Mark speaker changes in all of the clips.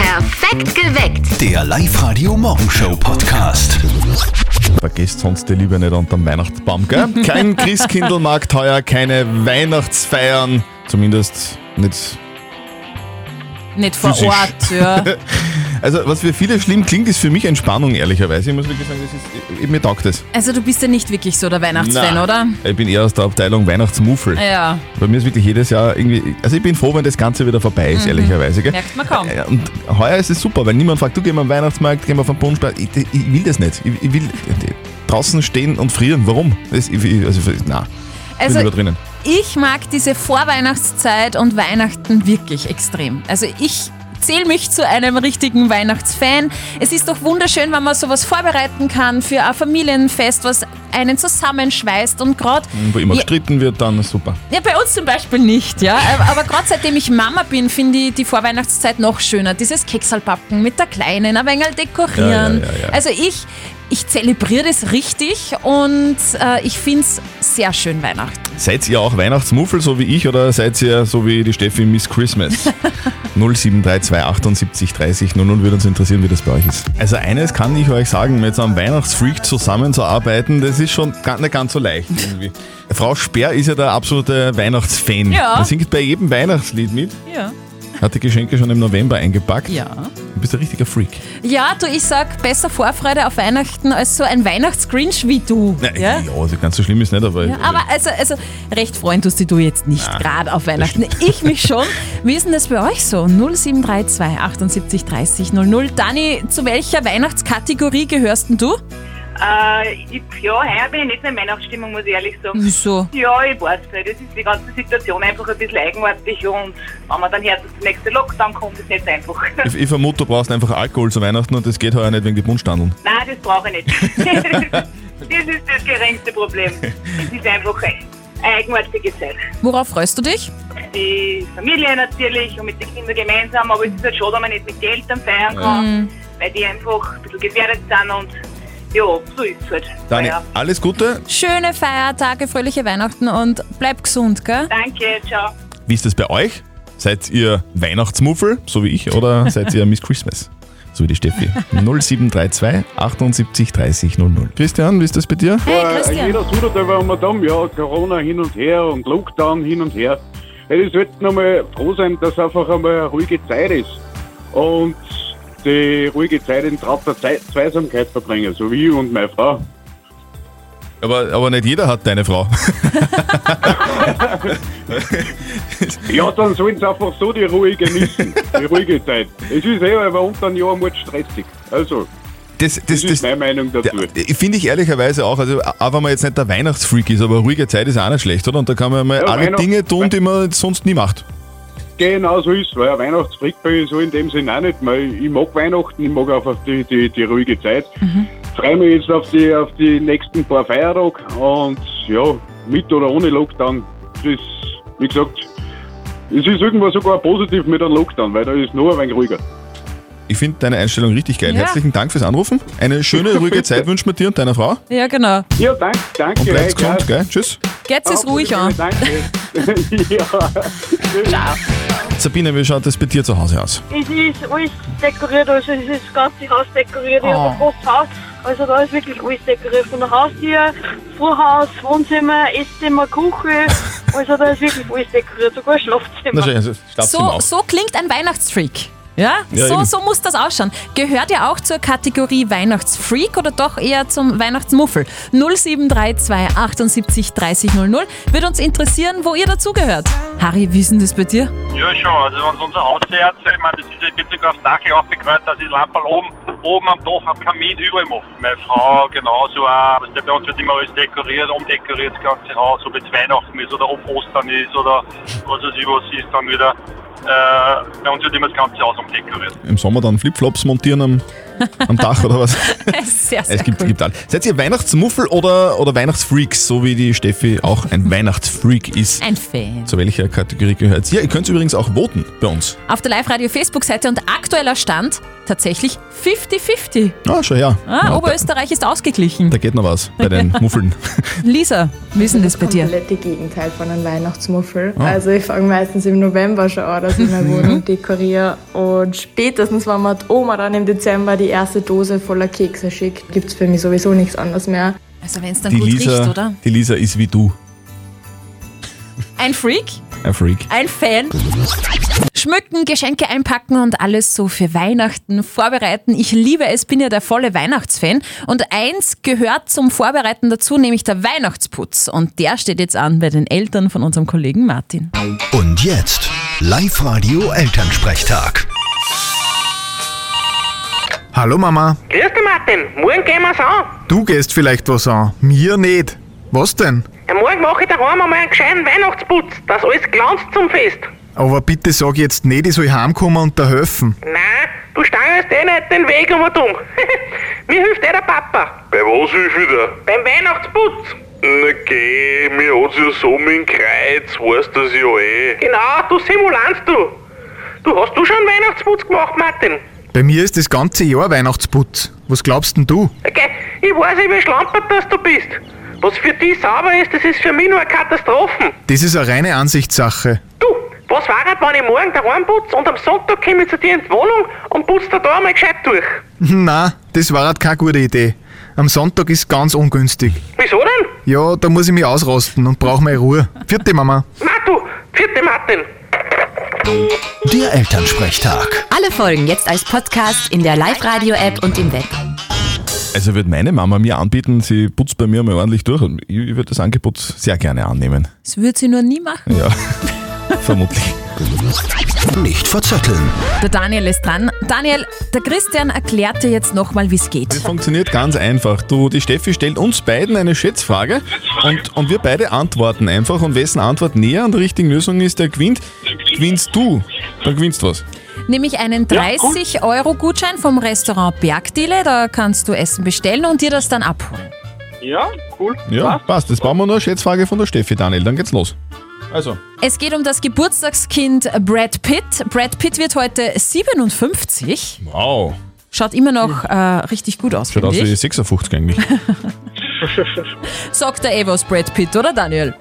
Speaker 1: Perfekt geweckt.
Speaker 2: Der Live-Radio Morgenshow Podcast.
Speaker 3: Vergesst sonst die Liebe nicht unter dem Weihnachtsbaum, gell? Kein Christkindlmarkt heuer, keine Weihnachtsfeiern. Zumindest nicht.
Speaker 4: Nicht vor
Speaker 3: Physisch.
Speaker 4: Ort, ja.
Speaker 3: Also, was für viele schlimm klingt, ist für mich Entspannung, ehrlicherweise. Ich muss wirklich sagen, das ist, mir taugt es.
Speaker 4: Also du bist ja nicht wirklich so der Weihnachtsfan, oder?
Speaker 3: Ich bin eher aus der Abteilung Weihnachtsmuffel.
Speaker 4: Ja,
Speaker 3: Bei mir ist wirklich jedes Jahr irgendwie. Also, ich bin froh, wenn das Ganze wieder vorbei
Speaker 4: Mhm.
Speaker 3: ist, ehrlicherweise, gell?
Speaker 4: merkt man kaum.
Speaker 3: Ja, Und heuer ist es super, weil niemand fragt, du geh mal am Weihnachtsmarkt, geh mal auf den Bundesmarkt. Ich, ich will das nicht. Ich, ich will äh, draußen stehen und frieren. Warum? Das, ich, ich- also, na, bin
Speaker 4: Also
Speaker 3: lieber drinnen.
Speaker 4: ich mag diese Vorweihnachtszeit und Weihnachten wirklich extrem. Also ich zähle mich zu einem richtigen Weihnachtsfan. Es ist doch wunderschön, wenn man sowas vorbereiten kann für ein Familienfest, was einen zusammenschweißt und gerade
Speaker 3: Wo immer
Speaker 4: Ja.
Speaker 3: gestritten wird, dann super.
Speaker 4: Ja, bei uns zum Beispiel nicht, ja. Äh, Aber- Aber gerade seitdem ich Mama bin, finde ich die Vorweihnachtszeit noch schöner. Dieses Keksalbacken mit der Kleinen, ein wenig dekorieren.
Speaker 3: Ja, ja, ja, ja.
Speaker 4: Also ich, ich zelebriere das richtig und äh, ich finde es sehr schön Weihnachten.
Speaker 3: Seid ihr auch Weihnachtsmuffel, so wie ich, oder seid ihr so wie die Steffi Miss Christmas? 0732 78 30 00 würde uns interessieren, wie das bei euch ist. Also eines kann ich euch sagen, mit so einem Weihnachtsfreak zusammenzuarbeiten, das ist schon gar nicht ganz so leicht irgendwie. Frau Speer ist ja der absolute Weihnachtsfan.
Speaker 4: Ja.
Speaker 3: Die singt bei jedem Weihnachtslied mit,
Speaker 4: Ja.
Speaker 3: hat die Geschenke schon im November eingepackt.
Speaker 4: Ja.
Speaker 3: Du bist ein richtiger Freak.
Speaker 4: Ja, du, ich sag besser Vorfreude auf Weihnachten als so ein Weihnachtsgrinch wie du.
Speaker 3: Na,
Speaker 4: ja?
Speaker 3: ja, also ganz so schlimm ist nicht, aber...
Speaker 4: Ja, aber also, also recht freuen tust dich du jetzt nicht, gerade auf Weihnachten. Ich mich schon. Wie ist denn das bei euch so? 0732 78 30 00. Dani, zu welcher Weihnachtskategorie gehörst denn du?
Speaker 5: Äh, ich, ja, heuer bin ich nicht mehr in Weihnachtsstimmung, muss ich ehrlich sagen.
Speaker 4: Wieso?
Speaker 5: Ja, ich weiß nicht. Das ist die ganze Situation einfach ein bisschen eigenartig und wenn man dann hört, dass der nächste Lockdown kommt, ist nicht einfach.
Speaker 3: Ich, ich vermute, du brauchst einfach Alkohol zu Weihnachten und das geht heuer nicht wegen die Bundstandeln.
Speaker 5: Nein, das brauche ich nicht. das ist das geringste Problem. Es ist einfach eine eigenartige Zeit.
Speaker 4: Worauf freust du dich?
Speaker 5: Die Familie natürlich und mit den Kindern gemeinsam, aber es ist halt schon, dass man nicht mit den Eltern feiern kann, weil die einfach ein bisschen gefährdet sind und ja, so ist es halt.
Speaker 3: Dani,
Speaker 5: Ja.
Speaker 3: alles Gute.
Speaker 4: Schöne Feiertage, fröhliche Weihnachten und bleib gesund, gell?
Speaker 5: Danke, ciao.
Speaker 3: Wie ist das bei euch? Seid ihr Weihnachtsmuffel, so wie ich, oder seid ihr Miss Christmas? So wie die Steffi. 0732 78 30 00. Christian, wie ist das bei dir?
Speaker 4: Hey
Speaker 6: Äh,
Speaker 4: Christian,
Speaker 6: Jeder sudert einfach einmal da, ja, Corona hin und her und Lockdown hin und her. Ja, die sollten einmal froh sein, dass einfach einmal eine ruhige Zeit ist. Und die ruhige Zeit in trauter Zeit Zweisamkeit verbringen, so wie ich und meine Frau.
Speaker 3: Aber, aber nicht jeder hat deine Frau.
Speaker 6: Ja, dann sollen sie einfach so die Ruhe genießen, die ruhige Zeit. Es ist eh aber unter einem Jahr mal stressig. Also,
Speaker 3: Das, das,
Speaker 6: das, ist meine Meinung dazu.
Speaker 3: der- Finde ich ehrlicherweise auch, also auch wenn man jetzt nicht der Weihnachtsfreak ist, aber ruhige Zeit ist auch nicht schlecht, oder? Und da kann man mal
Speaker 6: Ja,
Speaker 3: alle
Speaker 6: Weihnacht-
Speaker 3: Dinge tun, die man sonst nie macht.
Speaker 6: Genau so ist weil ein Weihnachtsfrick bin ich so in dem Sinne auch nicht mehr. Ich mag Weihnachten, ich mag einfach die, die, die ruhige Zeit.
Speaker 4: Mhm.
Speaker 6: Freue mich jetzt auf die, auf die nächsten paar Feiertage und ja, mit oder ohne Lockdown, das ist, wie gesagt, es ist irgendwo sogar positiv mit einem Lockdown, weil da ist nur ein wenig ruhiger.
Speaker 3: Ich finde deine Einstellung richtig geil.
Speaker 4: Ja.
Speaker 3: Herzlichen Dank fürs Anrufen. Eine schöne, ruhige Zeit wünschen wir dir und deiner Frau.
Speaker 4: ja genau.
Speaker 6: Ja, danke, danke.
Speaker 3: Und bleibt
Speaker 6: euch,
Speaker 3: gesund,
Speaker 6: ja.
Speaker 3: gell? Tschüss.
Speaker 4: Geht's jetzt ruhig an.
Speaker 6: Danke. ja.
Speaker 3: Sabine, wie schaut das bei dir zu Hause aus?
Speaker 7: Es ist alles dekoriert, also es ist das ganze Haus dekoriert, ich
Speaker 3: Ah.
Speaker 7: habe ein großes Haus, also da ist wirklich alles dekoriert, von der Haustür, Vorhaus, Wohnzimmer, Esszimmer, Küche, also da ist wirklich alles dekoriert, sogar
Speaker 3: Na schön,
Speaker 7: Schlafzimmer.
Speaker 3: also Schlafzimmer
Speaker 4: So,
Speaker 3: auch.
Speaker 4: so klingt ein Weihnachtsfreak. Ja,
Speaker 3: Ja,
Speaker 4: so,
Speaker 3: eben.
Speaker 4: so muss das ausschauen. Gehört ihr auch zur Kategorie Weihnachtsfreak oder doch eher zum Weihnachtsmuffel? 0732 78 30 00. Wird uns interessieren, wo ihr dazugehört. Harry, wie ist denn das bei dir?
Speaker 8: Ja, schon. Also, wenn es unser Haus hört, ich meine, das ist, ich bin sogar aufs Dach aufgekreuzt, dass ich Lampen oben, oben am Dach, am Kamin, überall mache. Meine Frau genauso auch. Also, bei uns wird immer alles dekoriert, umdekoriert, das ganze Haus, ob jetzt Weihnachten ist oder ob Ostern ist oder was weiß ich, was ist dann wieder. Äh, bei uns wird immer das ganze Haus umdekoriert.
Speaker 3: Im Sommer dann Flipflops montieren am am Dach oder was?
Speaker 4: Sehr, sehr
Speaker 3: Es gibt,
Speaker 4: cool.
Speaker 3: gibt alle. Seid ihr Weihnachtsmuffel oder, oder Weihnachtsfreaks, so wie die Steffi auch ein Weihnachtsfreak ist?
Speaker 4: Ein Fan.
Speaker 3: Zu welcher Kategorie gehört ihr? Ihr könnt übrigens auch voten bei uns.
Speaker 4: Auf der Live-Radio-Facebook-Seite und aktueller Stand tatsächlich 50-50.
Speaker 3: Ah, schon her.
Speaker 4: Ah,
Speaker 3: Na, da,
Speaker 4: Oberösterreich ist ausgeglichen.
Speaker 3: da geht noch was bei den Muffeln.
Speaker 4: Lisa, wie ist denn das bei dir?
Speaker 1: komplette Gegenteil von einem Weihnachtsmuffel.
Speaker 3: Ah.
Speaker 1: Also ich fange meistens im November schon an, dass ich meine
Speaker 3: Mhm.
Speaker 1: Wohnung dekoriere. Und spätestens, wenn mir die Oma dann im Dezember die erste Dose voller Kekse schickt, gibt es für mich sowieso nichts anderes mehr.
Speaker 4: Also wenn es dann
Speaker 3: Die
Speaker 4: gut riecht,
Speaker 3: Lisa,
Speaker 4: oder?
Speaker 3: die Lisa ist wie du,
Speaker 4: Ein Freak,
Speaker 3: ein Freak.
Speaker 4: ein Fan. Schmücken, Geschenke einpacken und alles so für Weihnachten vorbereiten. Ich liebe es, bin ja der volle Weihnachtsfan. Und eins gehört zum Vorbereiten dazu, nämlich der Weihnachtsputz. Und der steht jetzt an bei den Eltern von unserem Kollegen Martin.
Speaker 2: Und jetzt Live-Radio Elternsprechtag.
Speaker 9: Hallo Mama,
Speaker 5: Grüß dich, Martin. Morgen gehen wir's an.
Speaker 9: du gehst vielleicht was an, mir nicht. Was denn?
Speaker 5: Ja, morgen mache ich daheim einmal einen gescheiten Weihnachtsputz, dass alles glanzt zum Fest.
Speaker 9: Aber bitte sag jetzt nicht, ich soll heimkommen und da helfen.
Speaker 5: Nein, du stangerst eh nicht den Weg um und um. Mir hilft eh der Papa.
Speaker 10: Bei was ich wieder?
Speaker 5: Beim Weihnachtsputz.
Speaker 10: Na geh, mir hat's ja so mit dem Kreuz, weißt das ja eh.
Speaker 5: Genau, du simulierst du. Du hast du schon einen Weihnachtsputz gemacht, Martin?
Speaker 9: Bei mir ist das ganze Jahr Weihnachtsputz. Was glaubst denn du?
Speaker 5: Okay, ich weiß nicht, wie schlampert das du bist. Was für dich sauber ist, das ist für mich nur eine Katastrophe.
Speaker 9: Das ist eine reine Ansichtssache.
Speaker 5: Du, was wäre, wenn ich morgen daheim putze und am Sonntag komme ich zu dir in die Wohnung und putze da da mal gescheit durch?
Speaker 9: Na, das war halt keine gute Idee. Am Sonntag ist ganz ungünstig.
Speaker 5: Wieso denn?
Speaker 9: Ja, da muss ich mich ausrasten und brauche meine Ruhe. Vierte Mama.
Speaker 5: Na du, vierte Martin.
Speaker 2: Der Elternsprechtag.
Speaker 11: Alle Folgen jetzt als Podcast in der Live-Radio-App und im Web.
Speaker 3: Also wird meine Mama mir anbieten, sie putzt bei mir mal ordentlich durch und ich würde das Angebot sehr gerne annehmen.
Speaker 4: Das würde sie nur nie machen.
Speaker 3: Ja, vermutlich.
Speaker 2: Nicht verzetteln.
Speaker 4: Der Daniel ist dran. Daniel, der Christian erklärt dir jetzt nochmal, wie es geht.
Speaker 3: Das funktioniert ganz einfach. Du, die Steffi stellt uns beiden eine Schätzfrage und, und wir beide antworten einfach. Und wessen Antwort näher an der richtigen Lösung ist, der gewinnt. Gewinnst du, dann gewinnst du was.
Speaker 4: Nämlich einen 30-Euro-Gutschein vom Restaurant Bergdiele. Da kannst du Essen bestellen und dir das dann abholen.
Speaker 8: Ja, cool.
Speaker 3: Ja, passt. Jetzt brauchen wir nur eine Schätzfrage von der Steffi, Daniel. Dann geht's los. Also,
Speaker 4: Es geht um das Geburtstagskind Brad Pitt. Brad Pitt wird heute 57.
Speaker 3: wow.
Speaker 4: Schaut immer noch äh, richtig gut aus,
Speaker 3: Schaut
Speaker 4: finde
Speaker 3: aus wie
Speaker 4: ich.
Speaker 3: 56 eigentlich.
Speaker 4: Sagt der eh was, Brad Pitt, oder Daniel?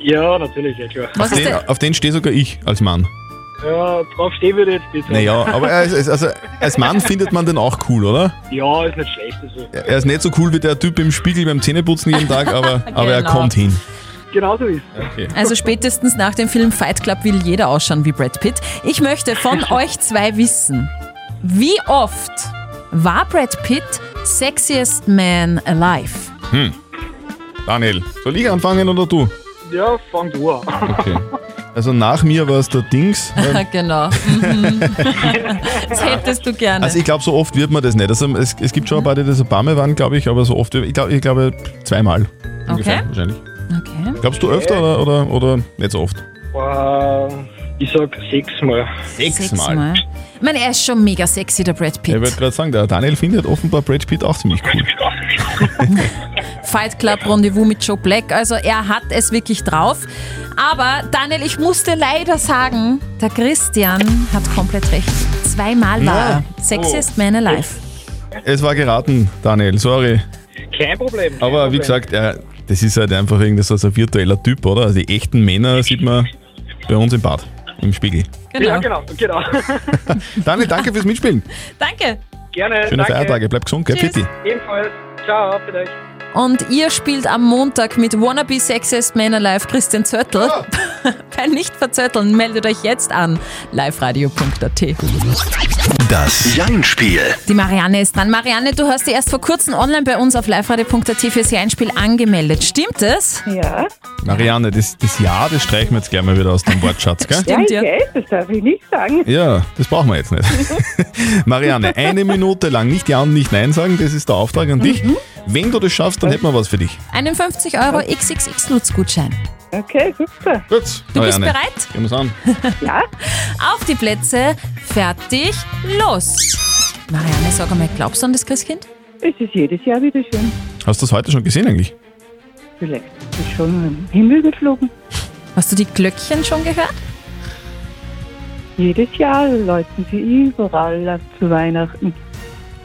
Speaker 8: Ja, natürlich, ja klar.
Speaker 4: Was ist
Speaker 3: Den,
Speaker 4: der?
Speaker 3: auf den stehe sogar ich als Mann.
Speaker 8: Ja, drauf stehen würde ich jetzt bitte.
Speaker 3: Naja, aber er ist, also, als Mann findet man den auch cool, oder?
Speaker 8: Ja, ist nicht schlecht. Also.
Speaker 3: Er ist nicht so cool wie der Typ im Spiegel beim Zähneputzen jeden Tag, aber, aber er
Speaker 4: Genau.
Speaker 3: kommt hin.
Speaker 8: Genau so ist es.
Speaker 3: Okay.
Speaker 4: Also spätestens nach dem Film Fight Club will jeder ausschauen wie Brad Pitt. Ich möchte von euch zwei wissen, wie oft war Brad Pitt Sexiest Man Alive?
Speaker 3: Daniel, soll ich anfangen oder du?
Speaker 8: Ja, fang du an.
Speaker 3: Okay. Also nach mir war es der Dings.
Speaker 4: genau. Mhm. das hättest du gerne.
Speaker 3: Also ich glaube, so oft wird man das nicht. Also es, es gibt schon ein paar, die das ein paar Mal waren, glaube ich, aber so oft, ich glaube, ich glaube zweimal. Ungefähr,
Speaker 4: Okay.
Speaker 3: wahrscheinlich.
Speaker 4: okay.
Speaker 3: Glaubst du öfter oder, oder, oder nicht so oft?
Speaker 8: Äh, ich sag sechsmal.
Speaker 4: Sechsmal. Ich meine, er ist schon mega sexy, der Brad
Speaker 3: Ich
Speaker 4: Pitt.
Speaker 3: wollte gerade sagen, der Daniel findet offenbar Brad Pitt auch ziemlich cool.
Speaker 4: Fight Club Rendezvous mit Joe Black. Also er hat es wirklich drauf. Aber Daniel, ich musste leider sagen, der Christian hat komplett recht. Zweimal war
Speaker 3: Ja.
Speaker 4: er. Sexiest
Speaker 8: Oh.
Speaker 4: Man Alive.
Speaker 3: Es war geraten, Daniel, sorry.
Speaker 8: Kein Problem. kein
Speaker 3: Aber wie
Speaker 8: Problem.
Speaker 3: gesagt, äh, das ist halt einfach irgendein so ein virtueller Typ, oder? Also die echten Männer sieht man bei uns im Bad, im Spiegel.
Speaker 8: Ja, genau, genau.
Speaker 3: Daniel, danke fürs Mitspielen.
Speaker 4: Danke.
Speaker 8: Gerne.
Speaker 3: Schöne
Speaker 8: danke.
Speaker 3: Feiertage, bleib gesund, gell?
Speaker 4: Tschüss.
Speaker 3: Fitti.
Speaker 8: Ebenfalls. Ciao, vielleicht.
Speaker 4: Und ihr spielt am Montag mit Wannabe Sexiest Man Alive Christian Zöttl. Bei nicht verzötteln, meldet euch jetzt an. liveradio.at.
Speaker 2: Das Jein-Spiel.
Speaker 4: Die Marianne ist dran. Marianne, du hast dich erst vor kurzem online bei uns auf liveradio.at fürs Einspiel angemeldet. Stimmt es?
Speaker 7: Ja,
Speaker 3: Marianne, das, das Ja, das streichen wir jetzt gleich mal wieder aus dem Wortschatz, gell?
Speaker 7: ja
Speaker 4: Stimmt
Speaker 7: ich weiß, das darf ich nicht sagen.
Speaker 3: Ja, das brauchen wir jetzt nicht. Marianne, eine Minute lang nicht Ja und nicht Nein sagen, das ist der Auftrag an dich.
Speaker 4: Mhm.
Speaker 3: Wenn du das schaffst, dann hätten wir was für dich.
Speaker 4: Einen 50 Euro XXX-Lutz-Gutschein.
Speaker 7: Okay, super.
Speaker 3: Gut,
Speaker 4: Du bist
Speaker 3: Marianne.
Speaker 4: bereit?
Speaker 3: Gehen wir's an.
Speaker 7: Ja,
Speaker 4: Auf die Plätze, fertig, los! Marianne, sag einmal, glaubst du an das Christkind?
Speaker 12: Es ist jedes Jahr wieder schön.
Speaker 3: Hast du das heute schon gesehen eigentlich?
Speaker 12: Vielleicht ist es schon im Himmel geflogen.
Speaker 4: Hast du die Glöckchen schon gehört?
Speaker 12: Jedes Jahr läuten sie überall ab zu Weihnachten.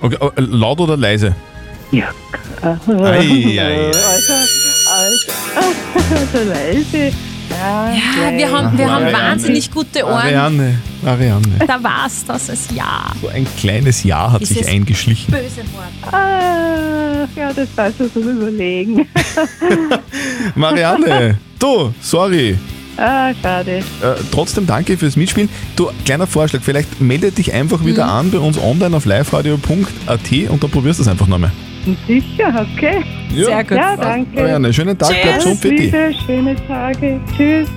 Speaker 3: Okay, äh, laut oder leise?
Speaker 12: Ja.
Speaker 3: Ei, ei, ei.
Speaker 12: Also, also, so leise. Ja,
Speaker 4: Ja, wir haben, wir haben
Speaker 3: Marianne.
Speaker 4: wahnsinnig gute Ohren.
Speaker 3: Marianne, Marianne.
Speaker 4: Da war's das, es ja.
Speaker 3: So ein kleines Ja hat
Speaker 4: Dieses
Speaker 3: sich eingeschlichen.
Speaker 4: Böse Wort.
Speaker 12: Ah, ja, das warst du zum Überlegen.
Speaker 3: Marianne, du, sorry.
Speaker 12: Ah, schade.
Speaker 3: Äh, trotzdem danke fürs Mitspielen. Du, kleiner Vorschlag, vielleicht melde dich einfach wieder an bei uns online auf liveradio.at und dann probierst du es einfach nochmal.
Speaker 12: Sicher, okay.
Speaker 3: Ja. Sehr gut.
Speaker 12: Ja, Ah, danke.
Speaker 3: Marianne, schönen Tag, bleib gesund,
Speaker 12: Alles
Speaker 3: Fitti.
Speaker 12: Liebe, schöne Tage. Tschüss.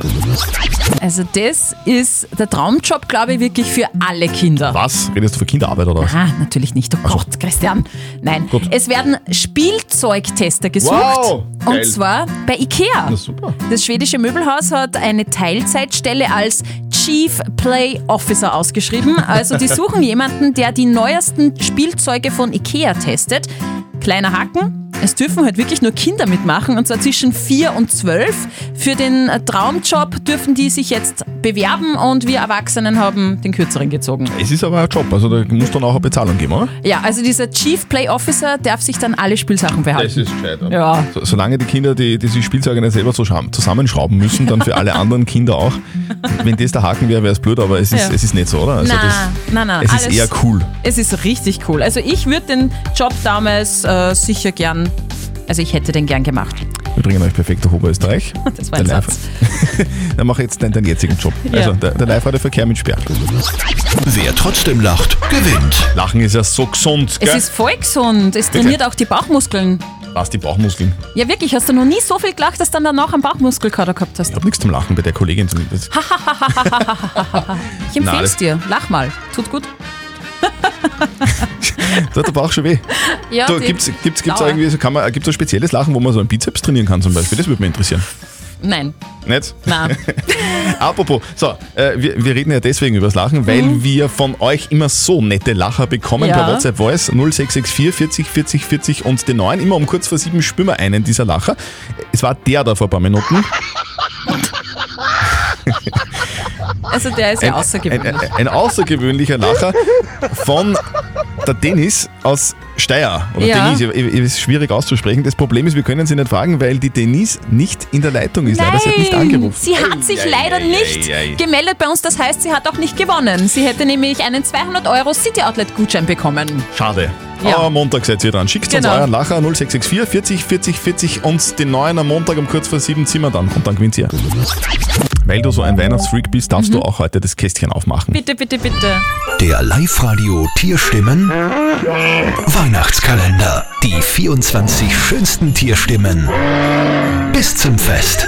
Speaker 4: Also das ist der Traumjob, glaube ich, wirklich für alle Kinder.
Speaker 3: Was? Redest du für Kinderarbeit oder was?
Speaker 4: Ah, natürlich nicht. Oh
Speaker 3: Also-
Speaker 4: Gott, Christian. Nein,
Speaker 3: Gut.
Speaker 4: es werden Spielzeugtester gesucht.
Speaker 3: Oh Wow, geil.
Speaker 4: Und zwar bei Ikea.
Speaker 3: Na super.
Speaker 4: Das schwedische Möbelhaus hat eine Teilzeitstelle als Chief Play Officer ausgeschrieben. Also die suchen jemanden, der die neuesten Spielzeuge von Ikea testet. Kleiner Haken. Es dürfen halt wirklich nur Kinder mitmachen, und zwar zwischen 4 und 12. Für den äh, Traumjob dürfen die sich jetzt bewerben und wir Erwachsenen haben den kürzeren gezogen.
Speaker 3: Es ist aber ein Job, also da muss dann auch eine Bezahlung geben, oder?
Speaker 4: Ja, also dieser Chief Play Officer darf sich dann alle Spielsachen behalten.
Speaker 3: ist gescheit.
Speaker 4: Ja.
Speaker 3: So, solange die Kinder die, diese Spielzeuge nicht selber so scham- zusammenschrauben müssen, dann für alle anderen Kinder auch. Wenn das der Haken wäre, wäre es blöd, aber es ist,
Speaker 4: Ja.
Speaker 3: es ist nicht so, oder? Also
Speaker 4: Na,
Speaker 3: das,
Speaker 4: na, na,
Speaker 3: es ist
Speaker 4: alles-
Speaker 3: eher cool.
Speaker 4: Es ist richtig cool. Also ich würde den Job damals äh, sicher gern, also ich hätte den gern gemacht.
Speaker 3: Wir bringen euch perfekt nach Oberösterreich.
Speaker 4: Das war ein
Speaker 3: Der Live-
Speaker 4: Satz.
Speaker 3: Dann mach jetzt deinen, deinen jetzigen Job. Also der, der Live-Radio-Verkehr mit Sperr.
Speaker 2: Wer trotzdem lacht, gewinnt.
Speaker 3: Lachen ist ja so gesund,
Speaker 4: Es
Speaker 3: gell?
Speaker 4: ist voll gesund. Es trainiert auch die Bauchmuskeln.
Speaker 3: Was, die Bauchmuskeln?
Speaker 4: Ja wirklich, hast du noch nie so viel gelacht, dass du dann danach einen Bauchmuskelkater gehabt hast.
Speaker 3: Ich habe nichts zum Lachen bei der Kollegin zumindest.
Speaker 4: Ich empfehle es
Speaker 3: Na,
Speaker 4: dir. Lach mal. Tut gut.
Speaker 3: Da hat der Bauch schon weh.
Speaker 4: Ja,
Speaker 3: du,
Speaker 4: die-
Speaker 3: gibt's, gibt's, gibt's
Speaker 4: Dauer.
Speaker 3: irgendwie, so kann man, gibt's ein spezielles Lachen, wo man so einen Bizeps trainieren kann zum Beispiel? Das würde mich interessieren.
Speaker 4: Nein.
Speaker 3: Nicht?
Speaker 4: Nein.
Speaker 3: Apropos, so, äh, wir, wir reden ja deswegen über das Lachen, weil wir von euch immer so nette Lacher bekommen
Speaker 4: Mhm. Ja.
Speaker 3: per WhatsApp Voice 0664 40 40 40 und den neuen. Immer um kurz vor sieben spüren wir einen dieser Lacher. Es war der da vor ein paar Minuten.
Speaker 4: Also der ist ja außergewöhnlich.
Speaker 3: Ein, ein, ein außergewöhnlicher Lacher von der Dennis aus Steyr. Oder
Speaker 4: Ja.
Speaker 3: Denise, ich- ich- ist schwierig auszusprechen. Das Problem ist, wir können sie nicht fragen, weil die Denise nicht in der Leitung ist. Leider sie hat nicht angerufen.
Speaker 4: sie hat sich
Speaker 3: Ei, ei,
Speaker 4: leider
Speaker 3: ei,
Speaker 4: nicht
Speaker 3: ei, ei.
Speaker 4: gemeldet bei uns. Das heißt, sie hat auch nicht gewonnen. Sie hätte nämlich einen 200 Euro City Outlet Gutschein bekommen.
Speaker 3: Schade.
Speaker 4: Ja.
Speaker 3: Aber am Montag seid ihr dran. Schickt
Speaker 4: Genau.
Speaker 3: uns euren Lacher 0664 40 40 40 und den neuen am Montag um kurz vor sieben ziehen wir dann und dann gewinnt ihr. Weil du so ein Weihnachtsfreak bist, darfst du auch heute das Kästchen aufmachen.
Speaker 4: Mhm. Bitte, bitte, bitte.
Speaker 2: Der Live-Radio Tierstimmen Weihnachtskalender. Die 24 schönsten Tierstimmen. Bis zum Fest.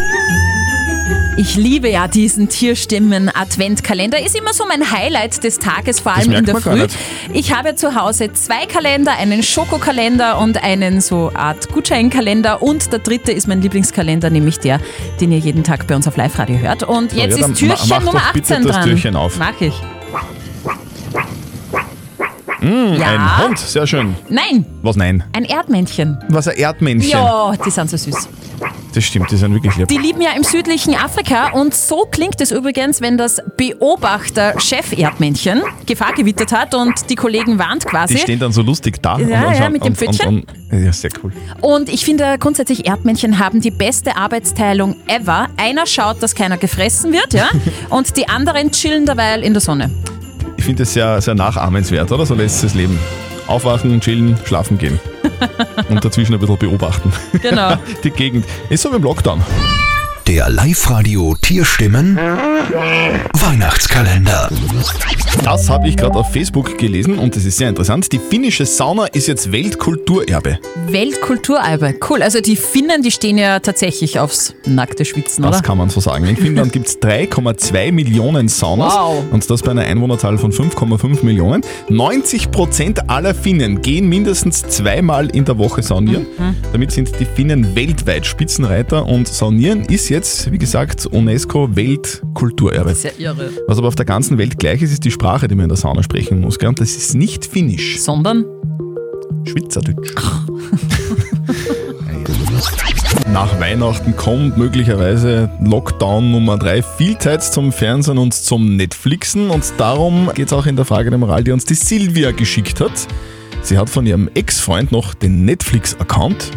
Speaker 4: Ich liebe ja diesen Tierstimmen-Adventkalender. Ist immer so mein Highlight des Tages, vor allem in
Speaker 3: merkt
Speaker 4: der
Speaker 3: man gar
Speaker 4: Früh.
Speaker 3: nicht.
Speaker 4: Ich habe zu Hause zwei Kalender, einen Schokokalender und einen so Art Gutscheinkalender. Und der dritte ist mein Lieblingskalender, nämlich der, den ihr jeden Tag bei uns auf Live-Radio hört. Und jetzt
Speaker 3: ja,
Speaker 4: ist
Speaker 3: dann ma-
Speaker 4: Türchen
Speaker 3: mach doch
Speaker 4: Nummer
Speaker 3: bitte
Speaker 4: 18
Speaker 3: das
Speaker 4: dran.
Speaker 3: Türchen auf.
Speaker 4: Mach ich.
Speaker 3: Hm, Ein
Speaker 4: ja.
Speaker 3: Hund, sehr schön.
Speaker 4: Nein,
Speaker 3: Was nein?
Speaker 4: ein Erdmännchen.
Speaker 3: Was ein Erdmännchen.
Speaker 4: Ja, die sind so süß.
Speaker 3: Das stimmt, die sind wirklich lieb.
Speaker 4: Die leben ja im südlichen Afrika und so klingt es übrigens, wenn das Beobachter-Chef-Erdmännchen Gefahr gewittert hat und die Kollegen warnt
Speaker 3: Die
Speaker 4: quasi.
Speaker 3: stehen dann so lustig da.
Speaker 4: Ja,
Speaker 3: und
Speaker 4: ja, mit dem
Speaker 3: und, und,
Speaker 4: Pfötchen.
Speaker 3: und, Ja, sehr cool.
Speaker 4: Und ich finde grundsätzlich, Erdmännchen haben die beste Arbeitsteilung ever. Einer schaut, dass keiner gefressen wird, ja, und die anderen chillen derweil in der Sonne.
Speaker 3: Ich finde das sehr, sehr nachahmenswert, oder? So letztes Leben. Aufwachen, chillen, schlafen gehen. und dazwischen ein bisschen beobachten.
Speaker 4: Genau.
Speaker 3: Die Gegend. Ist so wie im Lockdown.
Speaker 2: Der Live-Radio Tierstimmen Weihnachtskalender.
Speaker 3: Das habe ich gerade auf Facebook gelesen und das ist sehr interessant. Die finnische Sauna ist jetzt Weltkulturerbe.
Speaker 4: Weltkulturerbe, cool. Also die Finnen, die stehen ja tatsächlich aufs nackte Schwitzen,
Speaker 3: Das
Speaker 4: oder?
Speaker 3: kann man so sagen. In Finnland gibt es 3,2 Millionen Saunas
Speaker 4: Wow.
Speaker 3: und das bei einer Einwohnerzahl von 5,5 Millionen. 90 Prozent aller Finnen gehen mindestens zweimal in der Woche saunieren. Damit sind die Finnen weltweit Spitzenreiter und saunieren ist jetzt jetzt, wie gesagt, UNESCO Weltkulturerbe.
Speaker 4: Das ist ja irre.
Speaker 3: Was aber auf der ganzen Welt gleich ist, ist die Sprache, die man in der Sauna sprechen muss. Gell? Und das ist nicht Finnisch.
Speaker 4: Sondern?
Speaker 3: Schweizerdeutsch. Nach Weihnachten kommt möglicherweise Lockdown Nummer 3. Viel Zeit zum Fernsehen und zum Netflixen. Und darum geht es auch in der Frage der Moral, die uns die Silvia geschickt hat. Sie hat von ihrem Ex-Freund noch den Netflix-Account.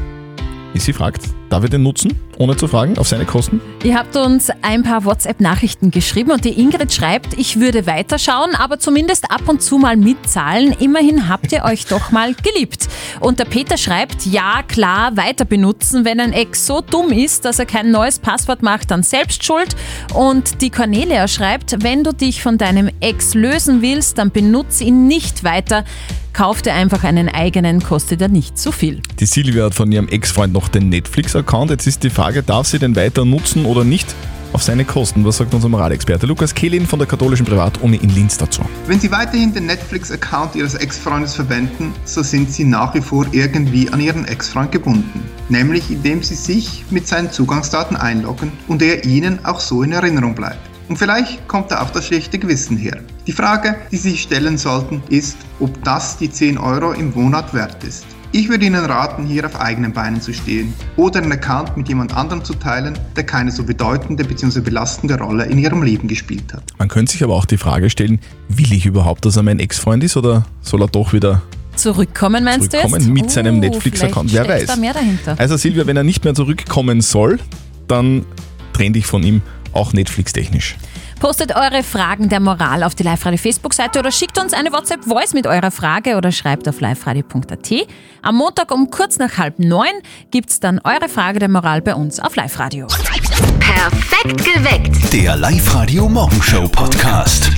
Speaker 3: Wie sie fragt, darf ich den nutzen, ohne zu fragen, auf seine Kosten?
Speaker 4: Ihr habt uns ein paar WhatsApp-Nachrichten geschrieben und die Ingrid schreibt, ich würde weiterschauen, aber zumindest ab und zu mal mitzahlen. Immerhin habt ihr euch doch mal geliebt. Und der Peter schreibt, ja klar, weiter benutzen. Wenn ein Ex so dumm ist, dass er kein neues Passwort macht, dann selbst schuld. Und die Cornelia schreibt, wenn du dich von deinem Ex lösen willst, dann benutze ihn nicht weiter. Kauf dir einfach einen eigenen, kostet ja nicht so viel.
Speaker 3: Die Silvia hat von ihrem Ex-Freund noch den Netflix-Account. Jetzt ist die Frage, darf sie den weiter nutzen oder nicht? Auf seine Kosten. Was sagt unser Moralexperte Lukas Kehlin von der katholischen Privatuni in Linz dazu?
Speaker 13: Wenn Sie weiterhin den Netflix-Account Ihres Ex-Freundes verwenden, so sind Sie nach wie vor irgendwie an Ihren Ex-Freund gebunden. Nämlich indem Sie sich mit seinen Zugangsdaten einloggen und er Ihnen auch so in Erinnerung bleibt. Und vielleicht kommt da auch das schlechte Gewissen her. Die Frage, die Sie sich stellen sollten, ist, ob das die 10 Euro im Monat wert ist. Ich würde Ihnen raten, hier auf eigenen Beinen zu stehen oder einen Account mit jemand anderem zu teilen, der keine so bedeutende bzw. belastende Rolle in Ihrem Leben gespielt hat.
Speaker 3: Man könnte sich aber auch die Frage stellen, will ich überhaupt, dass er mein Ex-Freund ist oder soll er doch wieder
Speaker 4: Zurückkommen meinst
Speaker 3: zurückkommen
Speaker 4: du jetzt?
Speaker 3: mit seinem
Speaker 4: Uh,
Speaker 3: Netflix-Account?
Speaker 4: vielleicht
Speaker 3: Wer weiß.
Speaker 4: steckt Da mehr dahinter.
Speaker 3: Also Silvia, wenn er nicht mehr zurückkommen soll, dann trenn dich von ihm, auch Netflix-technisch.
Speaker 4: Postet eure Fragen der Moral auf die Live-Radio-Facebook-Seite oder schickt uns eine WhatsApp-Voice mit eurer Frage oder schreibt auf liveradio.at. Am Montag um kurz nach halb neun gibt's dann eure Frage der Moral bei uns auf Live-Radio.
Speaker 11: Perfekt geweckt.
Speaker 2: Der Live-Radio Morgenshow Podcast.